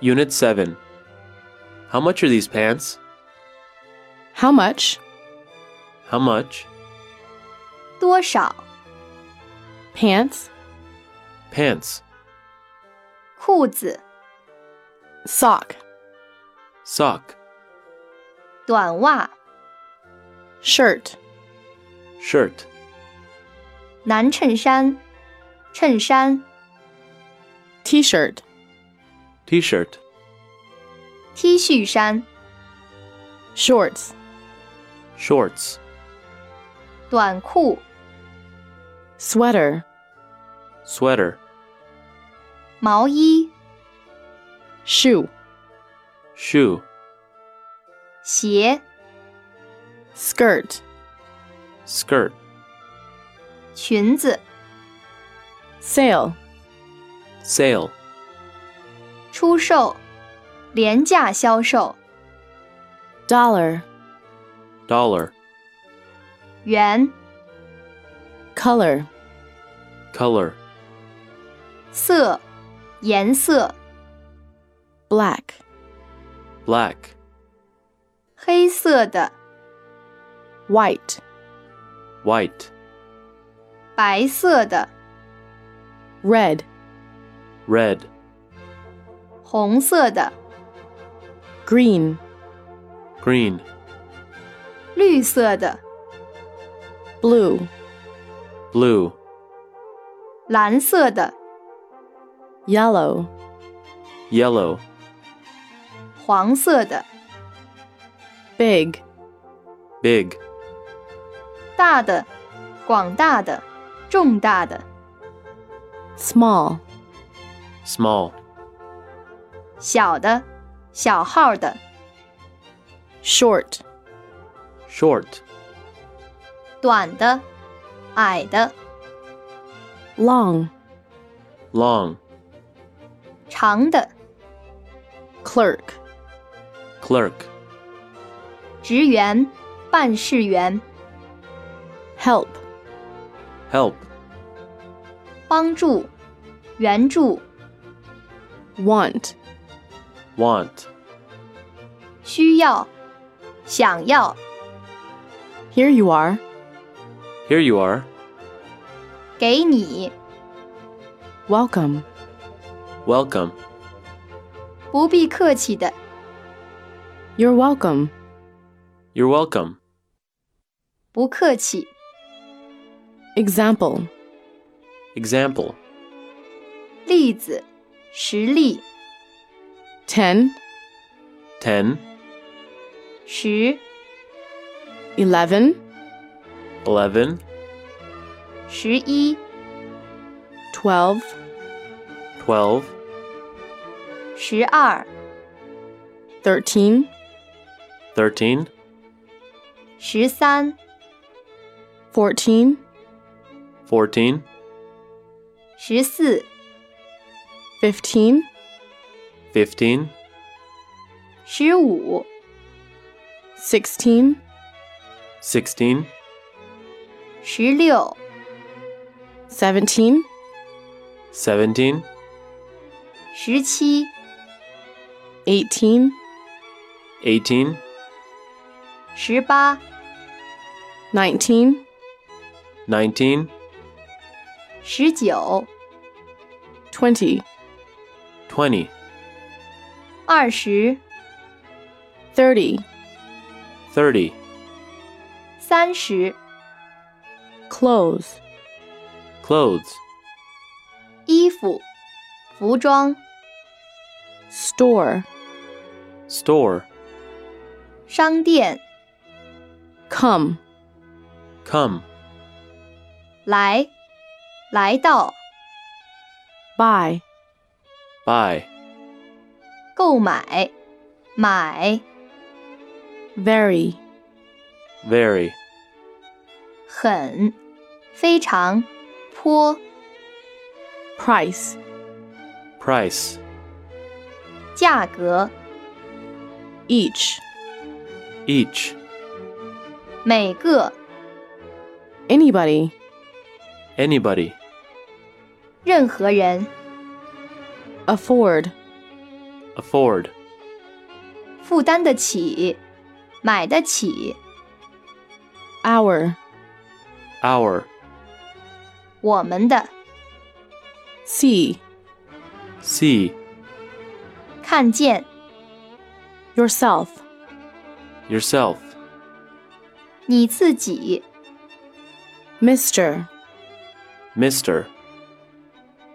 Unit 7. How much are these pants? How much? How much? 多少？ Pants, Pants. 裤子、 sock, Sock. 短袜、 shirt, Shirt. 男衬衫、衬衫、 t shirt, T shirt. T 恤衫、 shorts, Shorts. 短裤、 sweater, Sweater. 毛衣、 shoe, Shoe. 鞋、 skirt, Skirt. 裙子、 sale, Sale. 出售、廉价销售、 dollar, Dollar. 元、 color, Color. 色、颜色、 black, Black. 黑色的、 white, White. 白色的、 red, Red. 红色的、 green, Green. 绿色的、 blue, Blue. 蓝色的、 yellow, Yellow. 黄色的、 big, Big. 大的、广大的、重大的、 small, Small. 小的、小号的、 short, Short. 短的、矮的、 long, Long. 长的、 clerk, Clerk. 职员、办事员、 help, Help. 帮助、援助、 want, Want. 需要、想要、 here you are, Here you are. 给你、 welcome, Welcome. 不必客气的、 you're welcome, You're welcome. 不客气、 example, Example. 例子、实例、 10, 10. 十、 11, 11. 十一、 12, 12. 十二、 13, 13. 十三、 14, 14. 十四、 15, 15. 十五、 16, 16. 十六、 17, 17. 十七、 18, 18. 十八、 19, 19. 十九、 20, 20. 二十、 30, 30. 三十、 clothes, Clothes. 衣服、服装、 store, Store. 商店、 come, Come. 来、来到、 buy, Buy. 购买、买、 very, Very. 很、非常、颇、 price, Price. 价格、 each, Each. 每个、 anybody, Anybody. 任何人、 afford, afford, 负担得起，买得起。 our, our, 我们的 see, see, 看见， yourself, yourself, 你自己， Mr., Mr,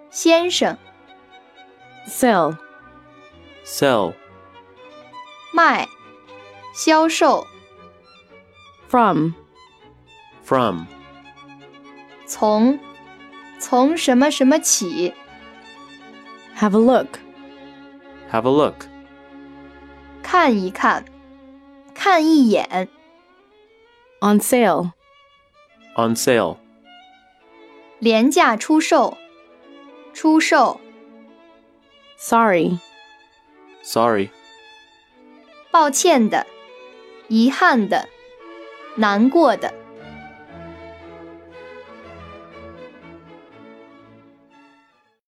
先生， sell, sell, 卖，销售， from, from, 从，从什么什么起， have a look, have a look, 看一看，看一眼， on sale, on sale, 廉价出售，出售， sorry, sorry, 抱歉的，遗憾的，难过的，